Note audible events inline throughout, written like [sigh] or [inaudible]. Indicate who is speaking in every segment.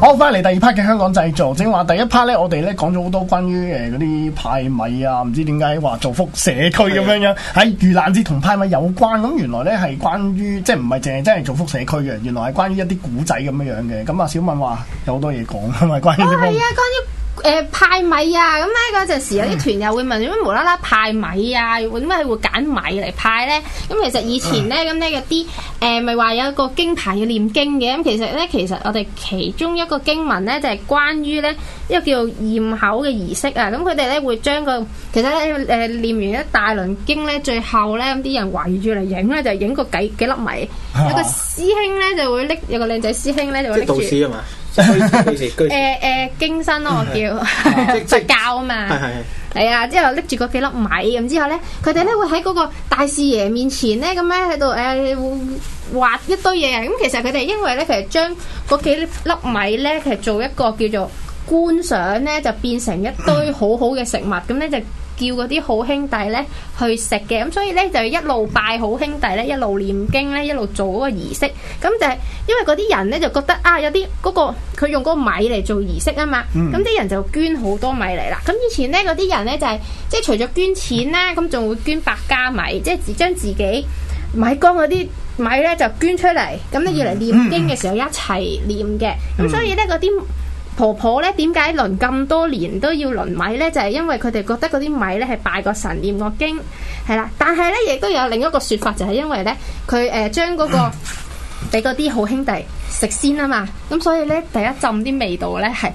Speaker 1: 翻翻嚟第二 part 嘅香港製造，正話第一 part 咧，我哋咧講咗好多關於誒嗰啲派米啊，唔知點解話造福社區咁樣樣，喺盂蘭節同派米有關。咁原來咧係關於即係唔係淨係真係造福社區嘅，原來係關於一啲古仔咁樣樣嘅。咁啊，小敏話有好多嘢講，係咪關於呢方
Speaker 2: 哦，係
Speaker 1: 面
Speaker 2: 啊，關於誒、呃派米啊，咁咧嗰陣時有啲團友會問點解無啦啦派米啊，點解會揀米嚟派咧？咁其實以前咧，咁咧有啲誒咪話有一個經牌要念經嘅，咁其實咧，其實我哋其中一個經文咧就係、關於咧一個叫驗口嘅儀式啊，咁佢哋咧會將個其實咧誒、呃念完一大輪經咧，最後咧咁啲人圍住嚟影咧，就影個幾幾粒米，有個師兄咧就會拎有個靚仔師兄咧就
Speaker 3: [laughs] 即係
Speaker 2: 會拎
Speaker 3: 道
Speaker 2: 住。
Speaker 3: 士啊嘛，居士居士，
Speaker 2: 誒誒經身咯，我
Speaker 3: 嗯
Speaker 2: [laughs]
Speaker 3: 哦即
Speaker 2: 叫
Speaker 3: 即
Speaker 2: 佛教啊
Speaker 3: 係
Speaker 2: 嘛，
Speaker 3: 係
Speaker 2: 係啊，之後拎住嗰幾粒米咁之後咧，佢哋咧會喺嗰個大士爺面前咧咁咧喺度誒會畫一堆嘢，咁其實佢哋因為咧其實將嗰幾粒米咧其實做一個叫做觀賞咧，就變成一堆好好嘅食物，咁咧就。叫嗰啲好兄弟咧去食嘅，咁所以咧就一路拜好兄弟咧，一路念經咧，一路做嗰個儀式。咁就係、因為嗰啲人咧就覺得啊，有啲嗰、個佢用嗰個米嚟做儀式啊嘛，
Speaker 1: 嗯
Speaker 2: 咁啲、人就捐好多米嚟啦。咁以前咧嗰啲人咧就係、即係除咗捐錢啦，咁仲會捐百家米，即係自將自己米缸嗰啲。米咧就捐出嚟，咁咧要嚟
Speaker 1: 嗯
Speaker 2: 念經嘅時候一齊念嘅，咁、所以咧嗰啲婆婆咧點解輪咁多年都要輪米咧？就係、因為佢哋覺得嗰啲米咧係拜個神念個經，係啦。但係咧亦都有另一個説法，就係、因為咧佢誒將嗰
Speaker 1: 嗯
Speaker 2: 個俾嗰啲好兄弟食先啊嘛，咁所以咧第一浸啲味道咧係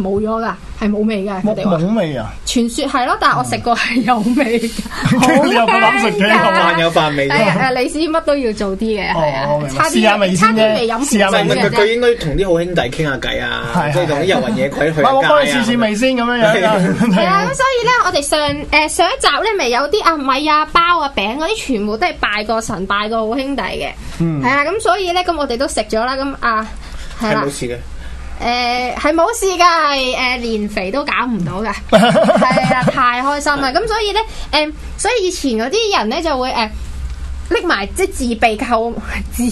Speaker 2: 冇咗噶，係冇味噶。佢
Speaker 1: 冇
Speaker 2: 哋話
Speaker 1: 冇味啊？
Speaker 2: 傳說係咯，但係我食過係有味㗎，好
Speaker 1: 你 [laughs] 有冇諗食嘅
Speaker 2: 香㗎
Speaker 1: 有
Speaker 3: 飯有飯味
Speaker 2: 係啊，誒李斯乜都要做啲嘅，係
Speaker 1: 哦我明
Speaker 2: 啊，
Speaker 1: 白
Speaker 2: 差
Speaker 1: 試下
Speaker 2: 啲
Speaker 1: 味
Speaker 2: 未
Speaker 1: 先
Speaker 2: 差
Speaker 1: 啫
Speaker 2: 啲未飲
Speaker 1: 試下
Speaker 3: 唔係
Speaker 1: 味
Speaker 3: 唔
Speaker 1: 先
Speaker 3: 啊係佢
Speaker 2: 嘅
Speaker 3: 佢應該同啲好兄弟傾下偈啊，
Speaker 1: 係
Speaker 3: 即係同啲遊魂野鬼去
Speaker 1: 唔
Speaker 3: 下
Speaker 1: 係我幫你試
Speaker 3: 街
Speaker 1: 試
Speaker 3: 啊。
Speaker 1: 味先咁樣樣
Speaker 2: 係啊，
Speaker 1: 啊
Speaker 2: 咁。所以咧，我哋上誒、呃上一集咧，咪有啲啊米啊包啊餅嗰啲，全部都係拜個神、拜個好兄弟嘅。
Speaker 1: 嗯
Speaker 2: 係啊，咁所以咧，咁我哋都食咗啦，咁啊係
Speaker 3: 係
Speaker 2: 啦
Speaker 3: 冇，事嘅，
Speaker 2: 誒呃係冇事㗎，係誒、呃連肥都搞唔到㗎，係啊，太開心啦！咁所以咧，誒、所以以前嗰啲人咧就會誒。呃拎埋即係自備購 [laughs] 自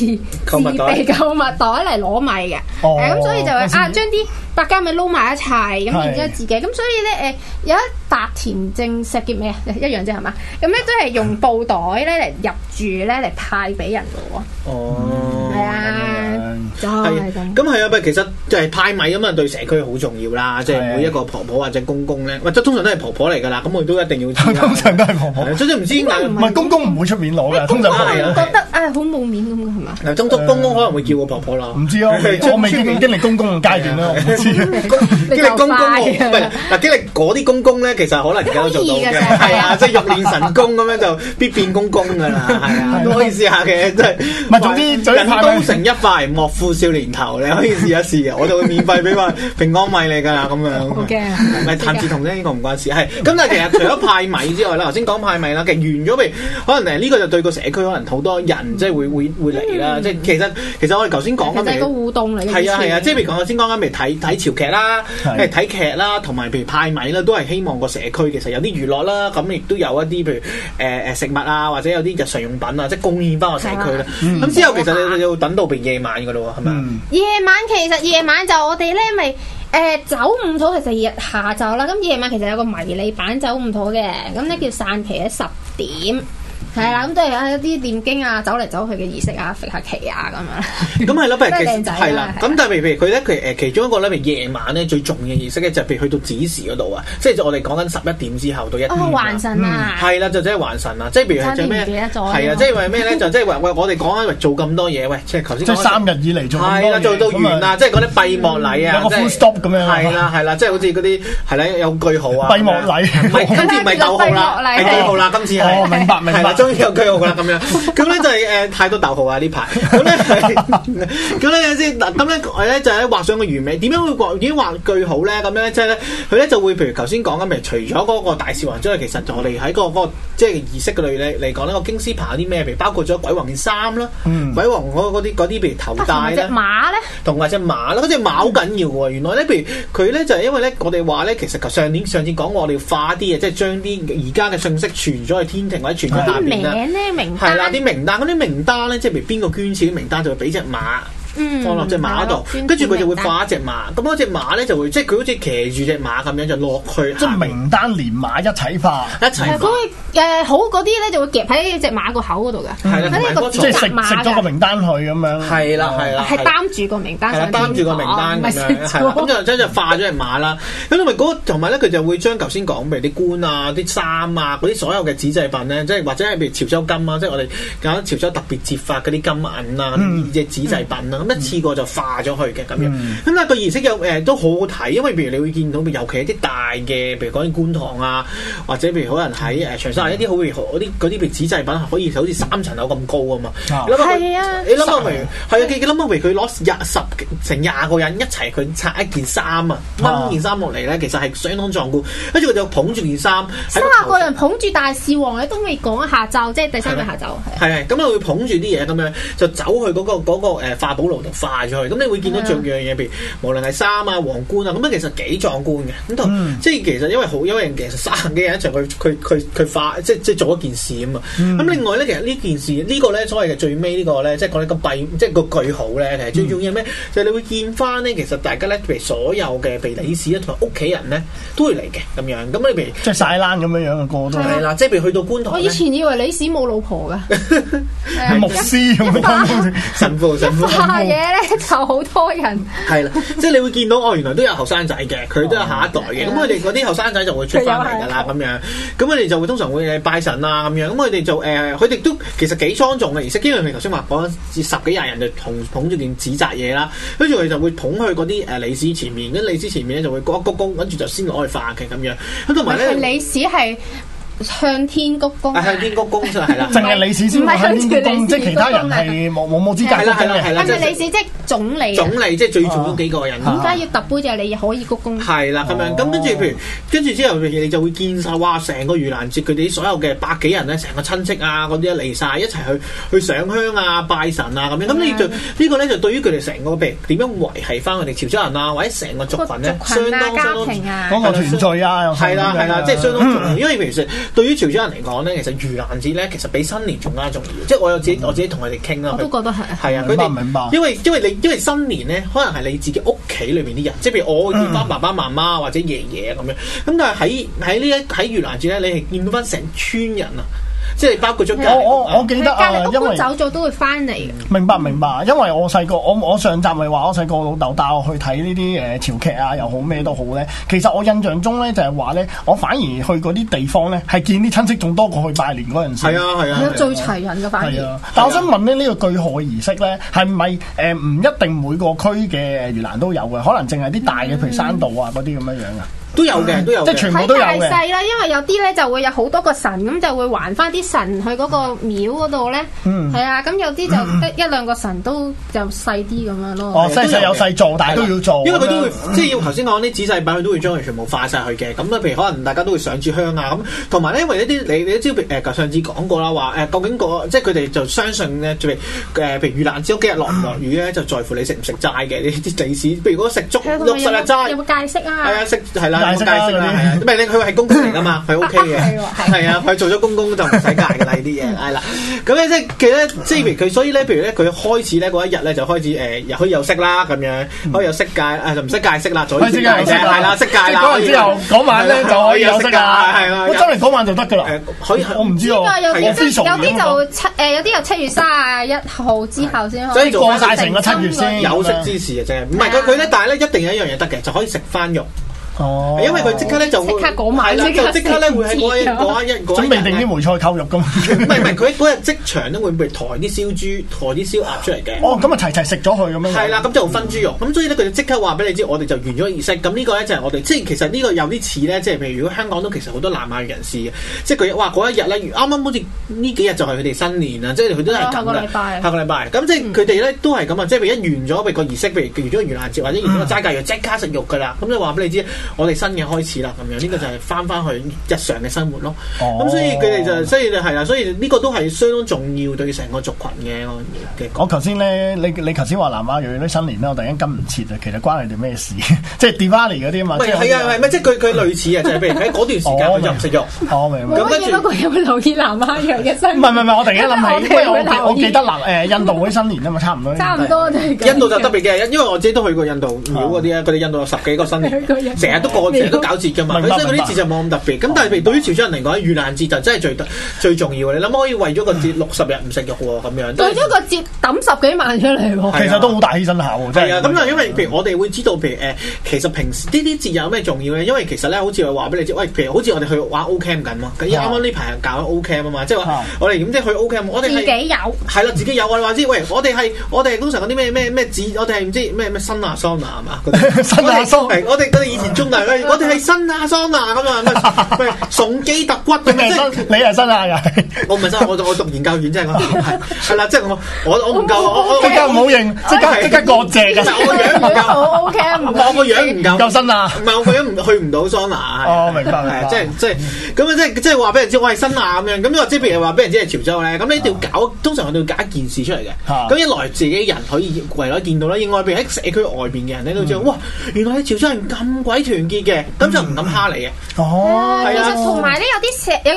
Speaker 3: 購物袋
Speaker 2: 自備購物袋嚟攞米嘅，
Speaker 1: 哦
Speaker 2: 係咁所以就
Speaker 1: 我
Speaker 2: 係
Speaker 1: 知
Speaker 2: 啊將啲百家米撈埋一齊，咁
Speaker 1: 係
Speaker 2: 然之後自己，咁所以咧誒有一笪田正石硤尾啊一樣啫係嘛，咁咧都係用布袋咧嚟入住咧嚟派俾人嘅
Speaker 3: 哦
Speaker 2: 喎，係啊，就係
Speaker 3: 係
Speaker 2: 咁
Speaker 3: 咁。係啊，不過其實就係派米咁啊，對社區好重要啦。即
Speaker 1: 係啊
Speaker 3: 係每一個婆婆或者公公咧，或者通常都係婆婆嚟㗎啦，咁我都一定要知
Speaker 1: [laughs]
Speaker 3: 啦。
Speaker 1: 通 [laughs] 常都係婆婆
Speaker 3: 係啊，所以唔知點解
Speaker 1: 唔係公公唔會出面攞嘅，
Speaker 2: [laughs]
Speaker 1: 通常
Speaker 3: 公公係啊
Speaker 2: 哎覺得啊好冇面咁嘅係
Speaker 3: [laughs]
Speaker 2: 嘛？
Speaker 3: 嗱，中東公公可能會叫我婆婆咯，
Speaker 1: 唔知啊，我未經經歷公公嘅階段啦，我唔知啊。
Speaker 2: [laughs] 你
Speaker 3: 經歷公公我唔
Speaker 2: 夠快
Speaker 3: 係
Speaker 2: 啊！
Speaker 3: 嗱，經歷嗰啲公公咧，其實可能而家都做到
Speaker 2: 可以
Speaker 3: 嘅，
Speaker 2: 嘅
Speaker 3: [laughs]
Speaker 2: 真係
Speaker 3: 係啊，即係欲練神功咁樣就必變公公噶啦，係啊，都可以試下嘅，即係
Speaker 1: 唔係總之總之
Speaker 3: 人都成一塊，莫負少年頭，你可以試一試嘅，我就會免費俾個平安米你噶啦，咁樣。
Speaker 2: 好驚啊
Speaker 3: 唔係譚志同啫，呢個唔關事。係咁，但係其實除咗派米之外啦，頭先講派米啦，其實完咗譬如可能誒呢個就對個社區可能好多人即係會會會嚟啦，即係其實其實我哋頭先講
Speaker 2: 其
Speaker 3: 緊
Speaker 2: 實係個互動嚟嘅。
Speaker 3: 係啊係啊，即係譬
Speaker 2: 係
Speaker 3: 如講，我先講緊，譬如睇睇潮劇啦，
Speaker 1: 係
Speaker 3: 譬如睇劇啦，同埋譬如派米啦，都係希望個社區其實有啲娛樂啦，咁亦都有一啲譬如誒誒、呃食物啊，或者有啲日常用品啊，即係貢獻翻個社區啦。
Speaker 2: 嗯
Speaker 3: 咁、之後其實你你要等到譬如夜晚噶咯喎，係咪啊？
Speaker 1: 嗯
Speaker 2: 夜晚其實夜晚就我哋咧咪。誒走唔到，其實日下晝啦，咁夜晚其實有個迷你版走唔到嘅，咁咧叫散期喺十點，係啦，咁都係有一啲念經啊，走嚟走去嘅儀式啊，揈下旗啊咁樣。
Speaker 3: 咁係啦，譬如
Speaker 2: 真係靚
Speaker 3: 其
Speaker 2: 仔啊
Speaker 3: 係啦，
Speaker 2: 係啊
Speaker 3: 咁但係譬如譬如佢咧，佢誒其中一個咧，譬如夜晚咧最重要嘅儀式咧，就係譬如去到子時嗰度啊，即係我哋講緊十一點之後到一點
Speaker 2: 哦，
Speaker 3: 啊
Speaker 2: 還神啊！
Speaker 3: 係啦，就即係還神啦，即係譬如係做咩？
Speaker 2: 差啲唔記得咗
Speaker 3: 係啊，即係為咩咧？就即係話喂，我哋講緊喂做咁多嘢，喂，即係頭先
Speaker 1: 即係
Speaker 3: 講緊
Speaker 1: 三日以嚟做咁
Speaker 3: 係
Speaker 1: 多
Speaker 3: 啦，
Speaker 1: 嘢
Speaker 3: 做到完啦，。即係嗰啲閉幕禮啊，
Speaker 1: 有個
Speaker 3: 即係
Speaker 1: full stop 咁樣啊
Speaker 3: 係啦係啦，即係好似嗰啲係啦，有句號啊，
Speaker 1: 閉幕禮 [laughs]
Speaker 3: 唔係今次唔係逗號啦，
Speaker 2: 係啦
Speaker 3: 係句號啦，今次
Speaker 1: 咁啊
Speaker 3: 係
Speaker 1: 哦，。明白明
Speaker 3: 係啦，
Speaker 1: 白。
Speaker 3: 終於有句號啦咁樣，咁咧就係、誒、太多逗號啊
Speaker 1: [laughs]
Speaker 3: 呢排，咁咧係咁咧先嗱，咁咧我咧就係畫上個完美，點樣會畫點樣畫句號咧？咁咧即係咧，佢咧就會譬如頭先講緊，譬如除咗嗰個大士環之外，其實我哋喺嗰個嗰個即係儀式嘅類咧嚟講呢個京師牌有啲咩？譬如包括咗鬼王件衫啦，
Speaker 1: 嗯
Speaker 3: 鬼王嗰嗰啲嗰啲譬如頭
Speaker 2: 啊同埋
Speaker 3: 帶
Speaker 2: 只
Speaker 3: 啦。
Speaker 2: 馬咧，
Speaker 3: 同埋只馬啦，嗰只馬好緊要喎。原來咧，譬如佢咧就係因為咧，我哋話咧，其實上年上次講過我哋要化啲嘢，即係將啲而家嘅信息傳咗去天庭或者傳咗下
Speaker 2: 啲
Speaker 3: 邊
Speaker 2: 名
Speaker 3: 啦。
Speaker 2: 咧名
Speaker 3: 係啦，
Speaker 2: 單
Speaker 3: 啲名單嗰啲名單咧，即係譬如邊個捐錢名單就會俾只馬
Speaker 2: 嗯
Speaker 3: 放落只馬度
Speaker 2: 嗯，
Speaker 3: 跟住佢就會放一隻馬，咁嗰只馬咧就會即係佢好似騎住只馬咁樣就落去
Speaker 1: 即係
Speaker 3: 行
Speaker 1: 名單連馬一齊化，
Speaker 3: 一齊
Speaker 2: 係
Speaker 3: 行
Speaker 2: 嗰個誒好嗰啲咧就會夾喺只馬個口嗰度㗎，
Speaker 3: 係啦
Speaker 2: 喺
Speaker 3: 同埋
Speaker 2: 呢個
Speaker 3: 嗰個
Speaker 1: 即係食
Speaker 2: 夾馬
Speaker 1: 食咗個
Speaker 2: 㗎，
Speaker 1: 名單去咁樣。哦
Speaker 3: 係啦係啦，
Speaker 2: 係擔住個名單
Speaker 3: 係啦，
Speaker 2: 上哦
Speaker 3: 擔住個名單咁樣，係啦，咁就將就化咗只馬啦。咁同埋嗰個同埋咧，佢就會將頭先講，譬如啲冠啊、啲衫啊、嗰啲所有嘅紙製品咧，即係或者係譬如潮州金啊，即係我哋講潮州特別節法嗰啲金銀啊、嘅紙製品啊啦，咁一次過就化咗去嘅咁樣。咁但係個儀式又誒都好好睇，因為譬如你會見到，尤其係啲大嘅，譬如講啲觀塘啊，或者譬如可能喺誒長沙灣一啲好嗰啲嗰啲譬如紙製品，可以好似三層樓咁高啊嘛。
Speaker 1: 啊
Speaker 3: 你諗下佢
Speaker 2: 係啊
Speaker 3: 你諗下譬如係啊，佢佢諗下譬如佢攞廿十成廿個人一齊佢拆一件衫啊，掹件衫落嚟咧，其實係相當壯觀。跟住佢就捧住件衫，
Speaker 2: 三
Speaker 3: 喺
Speaker 2: 十個人捧住大士王，你都未講下晝，即係第三日下晝，係
Speaker 3: 係係，咁啊佢會捧住啲嘢咁樣就走去嗰、個嗰、個呃化寶爐度化咗去。咁你會見到
Speaker 2: 係啊
Speaker 3: 著樣嘢，譬如無論係衫啊、皇冠啊，咁樣其實幾壯觀嘅。咁同、即係其實因為好，因為其實三十幾人一場，佢佢佢佢化即即係做一件事啊嘛。咁、另外咧，其實呢件事、呢個咧所謂嘅最尾呢個咧，即係講呢個閉，即係個句號咧，其實最重要係咩？就係你會見翻咧，其實大家咧，譬如所有嘅被理事啊，同埋屋企人咧都會嚟嘅咁樣。咁你譬如
Speaker 1: 即係晒冷咁樣樣嘅個個都係
Speaker 3: 係啦，啊即係譬如去到觀
Speaker 2: 我
Speaker 3: 塘
Speaker 2: 以
Speaker 3: 咧，
Speaker 2: 前以為李史冇老
Speaker 3: [laughs]
Speaker 2: 婆㗎，誒
Speaker 1: 牧師咁
Speaker 2: 一化
Speaker 1: 樣。
Speaker 3: 神父神父。
Speaker 2: 化嘢咧就好多人，
Speaker 3: 係啦，即係你會見到哦，原來都有後生仔嘅，佢都有下一代嘅，
Speaker 2: 啊
Speaker 3: 咁佢哋嗰啲後生仔就會出翻嚟㗎啦，咁樣，咁佢哋就會通常會誒拜神啊咁樣，咁佢哋就誒，呃佢哋都其實幾莊重嘅儀式，因為你頭先話講十幾廿人就同捧住件紙紮嘢啦，跟住佢哋就會捧去嗰啲誒理事前面，跟理事前面咧就會鞠一鞠躬，跟住就先攞去化嘅咁樣，咁同埋
Speaker 2: 係
Speaker 3: 咧。
Speaker 2: 李史係向天鞠躬
Speaker 3: 啊，向
Speaker 2: 啊。
Speaker 3: 天鞠躬就係啦，
Speaker 1: 淨係李氏先會喺呢啲工，
Speaker 2: 唔係
Speaker 1: 即係其他人係冇冇冇資格
Speaker 3: 係啦係啦係
Speaker 1: 嘅。
Speaker 3: 啦，
Speaker 2: 係
Speaker 3: 啊即
Speaker 2: 咪李
Speaker 3: 係
Speaker 2: 史即係總理啊？
Speaker 3: 總理啊即係最重要幾個人啦。
Speaker 2: 點解要揼杯就係你可以鞠躬？
Speaker 3: 係啦，咁
Speaker 2: 哦
Speaker 3: 樣咁跟住，譬如跟住之後，你就會見晒哇！成個盂蘭節佢哋所有嘅百幾人咧，成個親戚啊嗰啲嚟晒一齊去去上香啊、拜神啊咁樣。咁你就呢個咧就對於佢哋成個譬如點樣維係翻佢哋潮州人啊，或者成個族群咧，相
Speaker 2: 啊、
Speaker 3: 當相
Speaker 2: 家
Speaker 3: 當
Speaker 2: 庭嗯啊，
Speaker 1: 嗰個團聚啊，又
Speaker 3: 係啦係啦，即係相當重要。
Speaker 1: 嗯
Speaker 3: 因為其實對於潮州人嚟講咧，其實盂蘭節咧其實比新年仲加重要。即係我有自己我自己同佢哋傾啦
Speaker 2: 我，都覺得係。
Speaker 3: 係啊，佢
Speaker 1: 明白
Speaker 3: 哋
Speaker 1: 明白
Speaker 3: 因為因為你因為新年咧，可能係你自己屋企裏邊啲人，即係譬如我
Speaker 1: 嗯
Speaker 3: 見翻爸爸媽媽或者爺爺咁樣。咁但係喺喺呢一喺盂蘭節咧，你係見到翻成村人啊，即係包括咗家
Speaker 1: 我我我記
Speaker 2: 你
Speaker 1: 得
Speaker 2: 隔
Speaker 1: 啊，
Speaker 2: 離
Speaker 1: 因
Speaker 2: 屋
Speaker 1: 為
Speaker 2: 搬走咗都會翻嚟嘅，
Speaker 1: 明白明白，因為我細個，我我上集咪話我細個老豆帶我去睇呢啲誒潮劇啊，又好咩都好咧。其實我印象中咧就係話咧，我反而去嗰啲地方咧係見啲親戚仲多過去拜年嗰陣時。
Speaker 3: 係啊係
Speaker 2: 係啊
Speaker 3: 啊，，
Speaker 2: 最齊人嘅
Speaker 1: 嗯
Speaker 2: 反
Speaker 1: 係
Speaker 2: 而
Speaker 1: 啊。，但我想問咧，呢個句號嘅儀式咧，係咪誒唔一定每個區嘅盂蘭都有嘅？可能淨係啲大嘅，譬如山道啊嗰啲咁樣樣啊。
Speaker 3: 都有嘅都有嘅，
Speaker 1: 即係全部
Speaker 2: 睇
Speaker 1: 都有
Speaker 2: 大
Speaker 1: 嘅
Speaker 2: 細啦，因為有啲咧就會有好多個神，咁就會還翻啲神去嗰個廟嗰度咧。
Speaker 1: 嗯
Speaker 2: 係啊，咁有啲就得一兩個神都就細啲咁樣咯。
Speaker 1: 哦，即係細有細做，但係都要做。
Speaker 3: 因為佢都會即係要頭先講啲仔細品，佢都會將佢全部化晒佢嘅。咁咧，譬如可能大家都會上住香啊，咁同埋咧，因為一啲你你都知誒，呃上次講過啦，話誒究竟個即係佢哋就相信咧，譬如誒譬如盂蘭節嗰幾日落唔落雨咧，就在乎你食唔食齋嘅呢啲地市。譬如嗰食粥
Speaker 2: 係啊同
Speaker 3: 六
Speaker 2: 埋
Speaker 3: 十
Speaker 2: 有
Speaker 3: 日
Speaker 2: 冇有
Speaker 3: 齋。
Speaker 2: 冇戒色啊？
Speaker 3: 係啊，識係啦，
Speaker 1: 解釋
Speaker 3: 有解
Speaker 1: 啦
Speaker 3: 釋
Speaker 1: 嗰啲
Speaker 3: 啦，係啊，唔係你佢係公公嚟噶嘛，佢 OK 嘅
Speaker 2: 係喎，係
Speaker 3: 係啊，佢做咗公公就唔使戒噶啦呢啲嘢，係啦。咁咧即係佢咧，即係譬如佢，所以咧，譬如咧，佢開始咧嗰一日咧就開始誒，又可以有識啦咁樣，可以有識戒誒，就唔識戒識啦，就
Speaker 1: 開始有
Speaker 3: 啫，
Speaker 1: 色啦，
Speaker 3: 係啦，識戒
Speaker 1: 即係
Speaker 3: 啦。
Speaker 1: 嗰日之後嗰晚咧就可以有色啦，
Speaker 3: 係啦，
Speaker 1: 我真係嗰晚就得噶啦。
Speaker 3: 誒可以
Speaker 1: 我唔知
Speaker 2: 呢
Speaker 1: 喎，
Speaker 2: 個有
Speaker 1: 啊我
Speaker 2: 啲
Speaker 1: official
Speaker 2: 就有
Speaker 1: 嚟㗎
Speaker 2: 啲
Speaker 1: 嘛
Speaker 2: 就七誒，有啲就七月三十一號之後先
Speaker 3: 所
Speaker 2: 可
Speaker 3: 以
Speaker 2: 以
Speaker 3: 做
Speaker 1: 過晒成個七月先
Speaker 3: 有識之士嘅啫，唔係佢佢咧，但係咧一定有一樣嘢得嘅，就可以食翻肉，
Speaker 1: 哦，
Speaker 3: 因為佢即刻咧就會
Speaker 2: 即刻嗰晚
Speaker 3: 係啦
Speaker 2: 即刻
Speaker 3: 就即刻咧會喺嗰一
Speaker 2: 先
Speaker 3: 嗰
Speaker 2: 知
Speaker 3: 一嗰一
Speaker 1: 準備
Speaker 3: 日
Speaker 1: 定
Speaker 3: 咧
Speaker 1: 啲梅菜扣肉咁。
Speaker 3: [laughs] 唔係唔係，佢嗰日即場都會被抬啲燒豬、抬啲燒鴨出嚟嘅。
Speaker 1: 哦，咁啊齊齊食咗佢咁樣。
Speaker 3: 係啦，咁就分豬肉，咁所以咧佢就即刻話俾你知，我哋就完咗儀式。咁呢個咧就係我哋，即係其實呢個有啲似咧，即係譬如如果香港都其實好多南亞人士嘅，即係佢哇嗰一日咧，啊啱啱好似呢幾日就係佢哋新年啊啦，即係佢都係
Speaker 2: 下
Speaker 3: 咁
Speaker 2: 個
Speaker 3: 啦
Speaker 2: 禮。拜嗯
Speaker 3: 下個禮拜，咁即係佢哋咧都係咁啊！即係譬如一完咗譬如個儀式，譬如完咗盂蘭節或者完咗個齋戒，就即刻食肉噶啦。咁就話俾你知，我哋新嘅開始啦，咁樣呢個就係翻翻去日常嘅生活咯。
Speaker 1: 哦
Speaker 3: 咁所以佢哋就，所以係啊，所以呢個都係相當重要對成個族群嘅嘅
Speaker 1: 我頭先咧，你你頭先話南亞裔啲新年咧，我突然間跟唔切啊！其實關你哋咩事？ [laughs] 即係 Diwali 嗰啲啊嘛。
Speaker 3: 唔係係啊，係咪即係佢佢類似啊？就係譬如喺嗰段時間
Speaker 1: 哦
Speaker 3: 佢就唔食肉，
Speaker 1: 我明白。
Speaker 3: 咁
Speaker 2: 我
Speaker 3: 跟住
Speaker 2: 見到佢有冇留意南亞裔嘅
Speaker 1: 唔
Speaker 2: 新
Speaker 1: 係唔係唔係，我突然間
Speaker 2: [laughs]
Speaker 1: 諗起，因為我記我記得
Speaker 2: 啦，
Speaker 1: 南誒印度嗰啲新年啊嘛，差唔多。
Speaker 2: 差唔多就係咁樣
Speaker 3: 印度就特別嘅，因為我自己都去過印度廟嗰啲咧，佢哋印度有十幾個新年
Speaker 2: 去過
Speaker 3: [laughs]
Speaker 2: 印，度
Speaker 3: 成日都過成日都搞節噶嘛，
Speaker 1: 明
Speaker 3: 所
Speaker 1: 白
Speaker 3: 以嗰啲節就冇咁特別。咁但係譬如對於潮州人嚟講，遇難節就真係最最重要嘅。你諗可以為咗個節六十日唔食肉喎咁樣。
Speaker 2: 對咗個節抌十幾萬出嚟喎。
Speaker 1: 其實都好大犧牲下喎，真
Speaker 3: 係啊，
Speaker 1: 係。
Speaker 3: 咁啊，因為譬如我哋會知道，譬如誒、呃其實平時呢啲節日有咩重要咧？因為其實咧，好似我話俾你知，喂，譬如好似我哋去玩 O Cam 緊嘛，咁啊啱啱呢排搞 O Cam 啊嘛，即係
Speaker 1: 啊
Speaker 3: 話我哋咁即係去 O Cam，我哋
Speaker 2: 自
Speaker 3: 係
Speaker 2: 己有，
Speaker 3: 係啦，自己有我哋話知，喂，我哋係我哋係通常嗰啲咩咩咩紙，我哋係唔知咩咩新亞桑拿係嘛？嗰
Speaker 1: [laughs]
Speaker 3: 啲
Speaker 1: 新亞桑
Speaker 3: 我哋我哋我哋以前中大
Speaker 1: [laughs]
Speaker 3: 咧，我哋係新亞桑拿咁啊，咩咩崇基特骨咁啊
Speaker 1: 你係 [laughs]
Speaker 3: [laughs] 樣，即
Speaker 1: 新，
Speaker 3: 係
Speaker 1: 你係新亞人，
Speaker 3: 我唔係真，我我讀研究院真係講係係啦，即係我我我唔夠，我我
Speaker 1: [laughs]
Speaker 3: 我
Speaker 1: 即刻唔好認，即刻即刻割席啊
Speaker 3: 唔係哦
Speaker 1: 㗎，
Speaker 3: 我個樣唔夠，
Speaker 2: [laughs] 好 OK 啊，唔
Speaker 3: 我個樣唔夠。
Speaker 1: 夠新啊！
Speaker 3: 唔係我個人唔去唔到桑拿。
Speaker 1: 哦明白
Speaker 3: 係
Speaker 1: 明白
Speaker 3: 即係即係咁啊！即係即係話俾人知我係新亞咁樣，咁或者譬如話俾人知係潮州咧，咁你一定要搞，通常我哋要搞一件事出嚟
Speaker 1: 啊
Speaker 3: 嘅。咁一來自己人可以為咗見到啦，另外邊喺社區外邊嘅人咧都知
Speaker 1: 嗯
Speaker 3: 道，哇！原來你潮州人咁鬼團結嘅，咁就唔
Speaker 1: 嗯
Speaker 3: 敢蝦你嘅。
Speaker 1: 哦，
Speaker 2: 啊，其
Speaker 3: 係啊
Speaker 2: 實同埋咧，有啲社有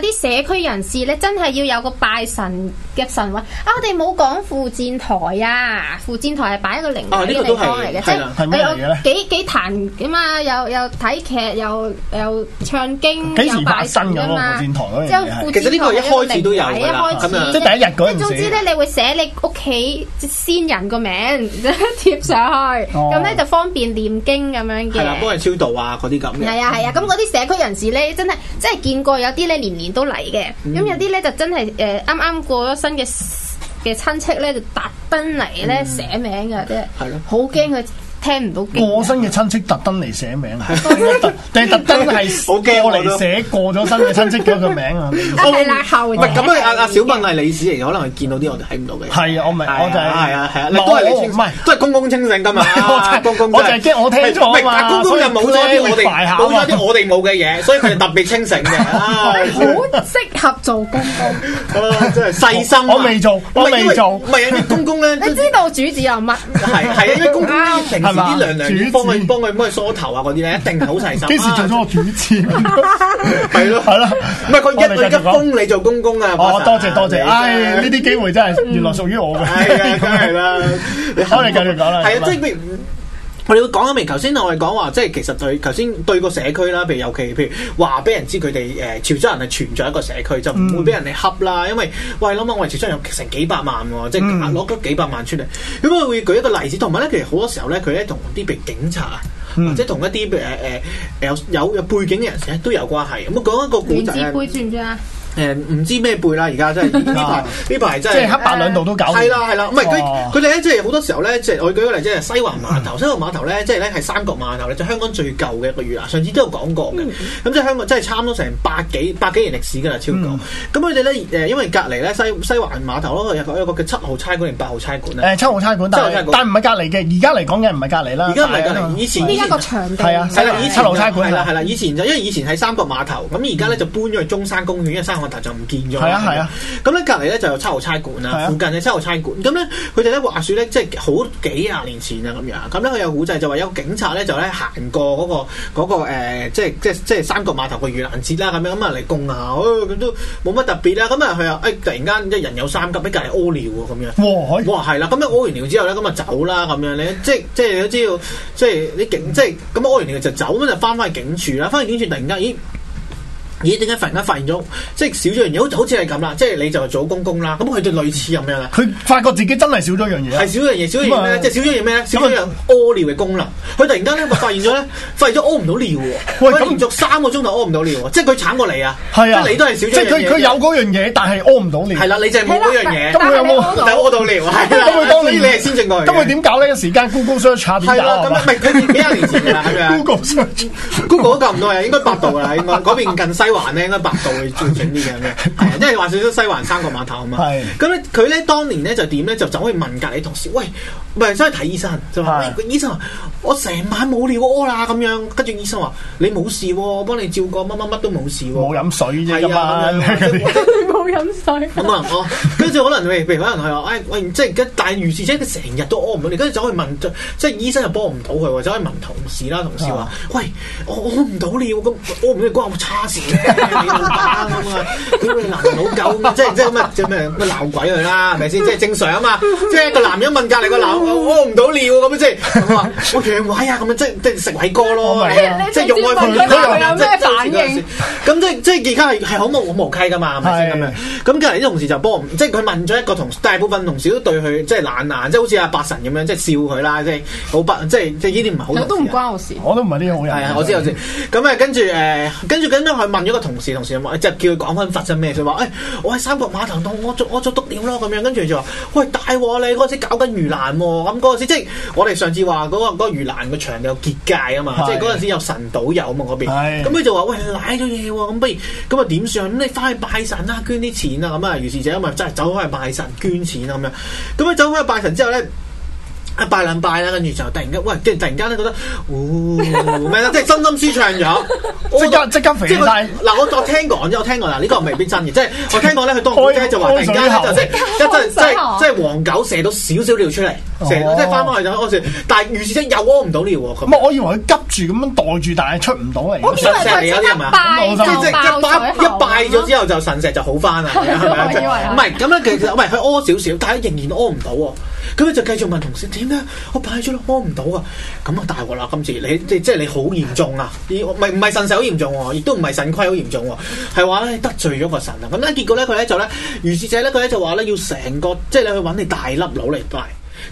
Speaker 2: 啲有啲社區人士咧，真係要有個拜神嘅神位。啊，我哋冇講副戰台啊，副戰台係擺一個靈
Speaker 3: 啊
Speaker 2: 位
Speaker 3: 呢
Speaker 2: 嘅
Speaker 3: 個
Speaker 2: 地
Speaker 3: 都
Speaker 2: 方嚟
Speaker 3: 係
Speaker 2: 嘅，即
Speaker 3: 係啊啦
Speaker 1: 係咩嚟嘅咧
Speaker 2: 有幾幾壇噶嘛，又又睇劇，又又唱經，
Speaker 1: 幾時
Speaker 2: 又拜
Speaker 1: 發生
Speaker 2: 神
Speaker 1: 㗎
Speaker 2: 噶嘛。
Speaker 1: 嗰個副戰
Speaker 2: 即
Speaker 1: 台嗰樣嘢係
Speaker 3: 其
Speaker 2: 係副
Speaker 3: 實呢個一
Speaker 2: 戰台有個
Speaker 3: 開始都有
Speaker 2: 靈位
Speaker 3: 㗎啦
Speaker 2: 一開
Speaker 3: 咁啊
Speaker 2: 始
Speaker 1: 即係第一日嗰陣時
Speaker 2: 總之咧，你會寫你屋企先人個名 [laughs] 貼上去，
Speaker 1: 哦
Speaker 2: 咁咧就方便念經咁樣
Speaker 3: 係啦，
Speaker 2: 嘅
Speaker 3: 幫。人超度啊嗰啲咁嘅。
Speaker 2: 係啊係啊，咁嗰啲社區人士咧，真係真係見過有啲咧年年都嚟嘅，咁、
Speaker 3: 嗯
Speaker 2: 有啲咧就真係誒啱啱過咗身嘅 s- 嘅親戚咧，就特登嚟咧寫名嘅，即係
Speaker 3: 嗯係咯嗯哦
Speaker 2: 好驚佢聽唔到
Speaker 1: [laughs]
Speaker 2: 經。
Speaker 1: 過身嘅親戚特登嚟寫
Speaker 3: [laughs]
Speaker 1: 名啊，定係特登係
Speaker 3: 好驚
Speaker 1: 過
Speaker 3: 我都
Speaker 1: 嚟寫過咗身嘅親戚嗰個名
Speaker 3: [laughs]
Speaker 1: 啊？
Speaker 2: 啊係啦，後
Speaker 3: 唔
Speaker 2: 者
Speaker 3: 係咁啊！阿阿小敏係理事嚟嘅，可能佢見到啲我哋睇唔到嘅。
Speaker 1: 係啊我明
Speaker 3: 係
Speaker 1: 我就係
Speaker 3: 係啊係啊，你
Speaker 1: 唔係
Speaker 3: 都係你
Speaker 1: 我
Speaker 3: 清，
Speaker 1: 唔係
Speaker 3: 都係公公清醒㗎嘛
Speaker 1: [laughs] 我就係。
Speaker 3: 公公
Speaker 1: 我就係驚我聽錯啊嘛
Speaker 3: 唔係但係公公就冇咗啲我
Speaker 1: 所以
Speaker 3: 哋
Speaker 1: 快下啊
Speaker 3: 冇
Speaker 1: 嘛
Speaker 3: 咗啲我哋冇嘅嘢，所以佢
Speaker 1: [laughs]
Speaker 3: 就特別清醒嘅。啊
Speaker 2: 好適合做公公，
Speaker 3: 啊真係細心啊。
Speaker 1: 我未做我未
Speaker 3: 唔係因為
Speaker 1: 做
Speaker 3: 唔係啊！因為公公
Speaker 1: [laughs]
Speaker 3: 咧。
Speaker 2: 你
Speaker 3: 真
Speaker 2: 知道主子有乜？
Speaker 3: 係係啊，因為公公咧平時
Speaker 1: 係嘛
Speaker 3: 啲娘
Speaker 1: 主
Speaker 3: 娘
Speaker 1: 子
Speaker 3: 要幫佢幫佢幫佢梳頭啊嗰啲咧，一定係好細心。
Speaker 1: 幾時做咗我主持？
Speaker 3: [laughs] 係咯
Speaker 1: 係啦
Speaker 3: 唔係佢一
Speaker 1: 我哋
Speaker 3: 佢
Speaker 1: 繼
Speaker 3: 一
Speaker 1: 續講
Speaker 3: 封你做公公啊！
Speaker 1: 哦，
Speaker 3: Boss
Speaker 1: 多謝多謝，
Speaker 3: 你
Speaker 1: 唉，呢啲機會真係原來屬於 [laughs] 我嘅。
Speaker 3: 嗯係啊，梗係啦。
Speaker 1: 我哋繼續講啦
Speaker 3: 係
Speaker 1: 咁
Speaker 3: 啊，
Speaker 1: 啊
Speaker 3: 即係譬如。我哋會講緊明，頭先我哋講話，即係其實對頭先對個社區啦，譬如尤其譬如話俾人知佢哋誒潮州人係存在一個社區，就唔
Speaker 1: 嗯
Speaker 3: 會俾人哋恰啦。因為喂諗下，我哋潮州人有成幾百萬喎，即係
Speaker 1: 嗯
Speaker 3: 攞咗幾百萬出嚟。咁我會舉一個例子，同埋咧，其實好多時候咧，佢咧同啲譬如警察啊，
Speaker 1: 嗯
Speaker 3: 或者同一啲誒誒誒有有有背景嘅人士咧都有關係。咁我講一個古
Speaker 2: 亂
Speaker 3: 仔啊
Speaker 2: 子
Speaker 3: 咧，
Speaker 2: 杯算唔算啊？
Speaker 3: 誒唔知咩背啦，而家真係
Speaker 1: [laughs]
Speaker 3: 呢排呢排真
Speaker 1: 啊即係
Speaker 3: 係
Speaker 1: 黑。白兩道都搞掂。
Speaker 3: 係啦係啦，唔係
Speaker 1: 哦嗯
Speaker 3: 佢佢哋咧，即係好多時候咧，即係我舉個例，即係西環碼頭，西環碼頭咧，即係咧係三角碼頭咧，就香港最舊嘅一個魚欄，上次都有講過嘅。
Speaker 1: 嗯
Speaker 3: 咁即係香港真係差唔多成百幾百幾年歷史㗎啦，超
Speaker 1: 嗯
Speaker 3: 過。咁佢哋咧誒，因為隔離咧西西環碼頭咯，有個有個叫七號差館定八號差館咧。啊
Speaker 1: 誒七號差館，但
Speaker 3: 七號
Speaker 1: 係
Speaker 3: 差館
Speaker 1: 但唔係隔離嘅，而家嚟講嘅唔係隔離啦。
Speaker 3: 而家唔係
Speaker 1: 大家
Speaker 3: 㗎，
Speaker 1: 都
Speaker 3: 以前
Speaker 2: 呢一個場地
Speaker 1: 係啊
Speaker 3: 係啦，以
Speaker 1: 以
Speaker 3: 前
Speaker 1: 前七樓差館
Speaker 3: 係啦
Speaker 1: 啊
Speaker 3: 係啦，以前就因為以前喺三角碼頭，咁而家咧就搬咗去中山公園，因為三角碼頭就唔見咗啦。
Speaker 1: 係啊係啊
Speaker 3: 咁咧隔離咧就有七號差館
Speaker 1: 係啊
Speaker 3: 啦，附近嘅七號差館。咁咧佢哋咧話説咧，即係好幾廿年前啊咁樣。咁咧佢有古仔就話有個警察咧就咧行過嗰、個嗰、個、呃、即係即係即係三角碼頭個盂蘭節啦咁樣咁啊嚟供下，哦咁、都冇乜特別啦。咁啊佢啊誒突然間一人有三急，喺隔離屙尿喎咁樣。
Speaker 1: 哇，可以
Speaker 3: 哇，係啦，咁樣屙完尿之後咧，咁啊走啦，咁樣咧，即係即係你都知道，即係啲警，即係咁樣屙完尿就走，咁就翻返去警署啦，翻去警署突然間，咦？咦？點解突然間發現咗，即係少咗樣嘢？好似好似係咁啦，即係你就做公公啦，咁佢哋類似咁樣啦，
Speaker 1: 佢發覺自己真係少咗樣嘢
Speaker 3: 係
Speaker 1: 啊。
Speaker 3: 少咗樣嘢，少咗樣嘢咩
Speaker 1: 咁啊
Speaker 3: 咧？即係少咗樣咩咧？少咗樣屙尿嘅功能。佢突然間咧，咪發
Speaker 1: [laughs]
Speaker 3: 現咗咧，發現咗屙唔到尿喎，
Speaker 1: 喂
Speaker 3: 佢
Speaker 1: 咁
Speaker 3: 連續三個鐘頭屙唔到尿喎，即係佢慘過你啊，
Speaker 1: 係啊，
Speaker 3: 即係你都係少
Speaker 1: 即
Speaker 3: 咗
Speaker 1: 係
Speaker 3: 樣
Speaker 1: 佢
Speaker 3: 嘢。
Speaker 1: 佢有嗰樣嘢，但係屙唔到尿。
Speaker 3: 係啦，你就係冇嗰樣
Speaker 2: 係
Speaker 3: 嘢
Speaker 2: 啦，
Speaker 1: 咁
Speaker 2: 但
Speaker 1: 佢有
Speaker 2: 係你
Speaker 1: 冇
Speaker 2: 屙
Speaker 3: 就
Speaker 2: 到
Speaker 3: 屙到尿，係啦，
Speaker 1: 咁佢當
Speaker 3: 所以
Speaker 1: 年
Speaker 3: 你係先正過
Speaker 1: 咁佢點搞呢？一時間 Google search 下點
Speaker 3: 係
Speaker 1: 搞
Speaker 3: 啦，咁
Speaker 1: 啊
Speaker 3: 唔係佢幾廿年前㗎啦，係咪啊
Speaker 1: [laughs] ？Google search
Speaker 3: Google 都夠唔到啊，應該百度啦，應該嗰邊近西環環咧，應該百度會最整啲嘅咩？
Speaker 1: [laughs]
Speaker 3: 係啊，因為話少咗西環三個碼頭啊嘛。
Speaker 1: 係
Speaker 3: 咁咧，佢咧當年咧就點咧，就走去問隔離同事，喂，唔係走去睇醫生，就話
Speaker 1: 係
Speaker 3: 喂，醫生啊，我成晚冇尿屙啦咁樣，跟住醫生話你冇事喎，我幫你照過乜乜乜都冇事喎。
Speaker 1: 冇飲水啫，今
Speaker 3: 係啊
Speaker 1: 晚
Speaker 3: 咁
Speaker 1: [laughs]
Speaker 3: 樣即係我
Speaker 2: 冇飲水。
Speaker 3: 咁啊，我跟住可能譬如譬如可能佢話，誒哎喂，即係但係如是者佢成日都屙唔到你，跟住走去問，即係醫生又幫唔到佢喎，走去問同事啦，同事話
Speaker 1: 啊：
Speaker 3: 喂，我我屙唔到尿，咁屙唔到尿關我叉事咩？你老闆咁啊，屌你男老狗咁啊，即係即係乜即係咩乜鬧鬼佢啦，係咪先？即係正常啊嘛，即係個男人問隔離個男，我屙唔到尿咁樣，啊即係我話我陽痿啊，咁樣即係即係食偉哥咯
Speaker 1: 我明啊，
Speaker 3: 即係用愛
Speaker 2: 你
Speaker 3: 佢啊
Speaker 2: 直接問佢有咩反應
Speaker 3: 咁即係即係而家係係好無好無稽噶嘛，係咪先咁樣？咁隔離啲同事就幫唔，即係佢問咗一個同事，大部分同事都對佢即係懶懶，即係好似阿八神咁樣，即係笑佢啦，即係好不，即係即係呢啲唔係好同事啊。
Speaker 2: 都唔關我事。
Speaker 1: 我都唔係啲好人。
Speaker 3: 係啊，我知我知。咁啊，跟住誒，跟住咁樣去問咗個同事，同事就話，即係叫佢講翻發生咩事，話誒，我喺三角碼頭度，我做我做督尿咯咁樣，跟住就話，喂大鑊你嗰陣時搞緊魚欄喎，咁嗰陣時即係我哋上次話嗰個嗰個魚欄個場有結界啊嘛，
Speaker 1: 係
Speaker 3: 即係嗰陣時有神島有啊嘛嗰邊，
Speaker 1: 係
Speaker 3: 咁佢就話喂賴咗嘢喎，咁不如咁啊點算啊？咁你翻去拜神啦，捐啲錢啊咁啊，於是者咪真係走翻去拜神捐錢啊咁樣，咁佢走翻去拜神之後咧。一拜兩拜啦，跟住就突然間，喂，跟住突然間咧覺得，哦，咩啦，即係真心舒暢咗，
Speaker 1: 即刻即刻肥
Speaker 3: 即係
Speaker 1: 晒
Speaker 3: 佢。嗱，我我聽講啫，我聽講嗱，呢個未必真嘅，即係我聽講咧，佢當古仔就話突然間咧就即係即係即係即係黃狗射到少少尿出嚟，射即係翻返去就屙尿，但係預示真又屙唔到尿喎，
Speaker 1: 唔係，
Speaker 3: 咁
Speaker 1: 我以為佢急住咁樣袋住，但係出唔到嚟。
Speaker 3: 啊
Speaker 2: 我以為佢即
Speaker 3: 即係即
Speaker 2: 刻拜就
Speaker 3: 係一拜
Speaker 2: 爆
Speaker 3: 一拜咗之後就腎石就好 [laughs] 翻啦，係咪啊？唔係咁樣，其實唔係佢屙少少，但係仍然屙唔到喎。咁啊佢就繼續問同事點咧？我拜咗啦，屙唔到啊！咁啊大鑊啦！今次你即即係你好嚴重啊！而唔係唔係腎石好嚴重啊喎，亦都唔係腎虧好嚴重喎，係話咧得罪咗個腎啊！咁咧結果咧佢咧就咧，如是者咧佢咧就話咧要成個即係你去揾你大粒佬嚟拜。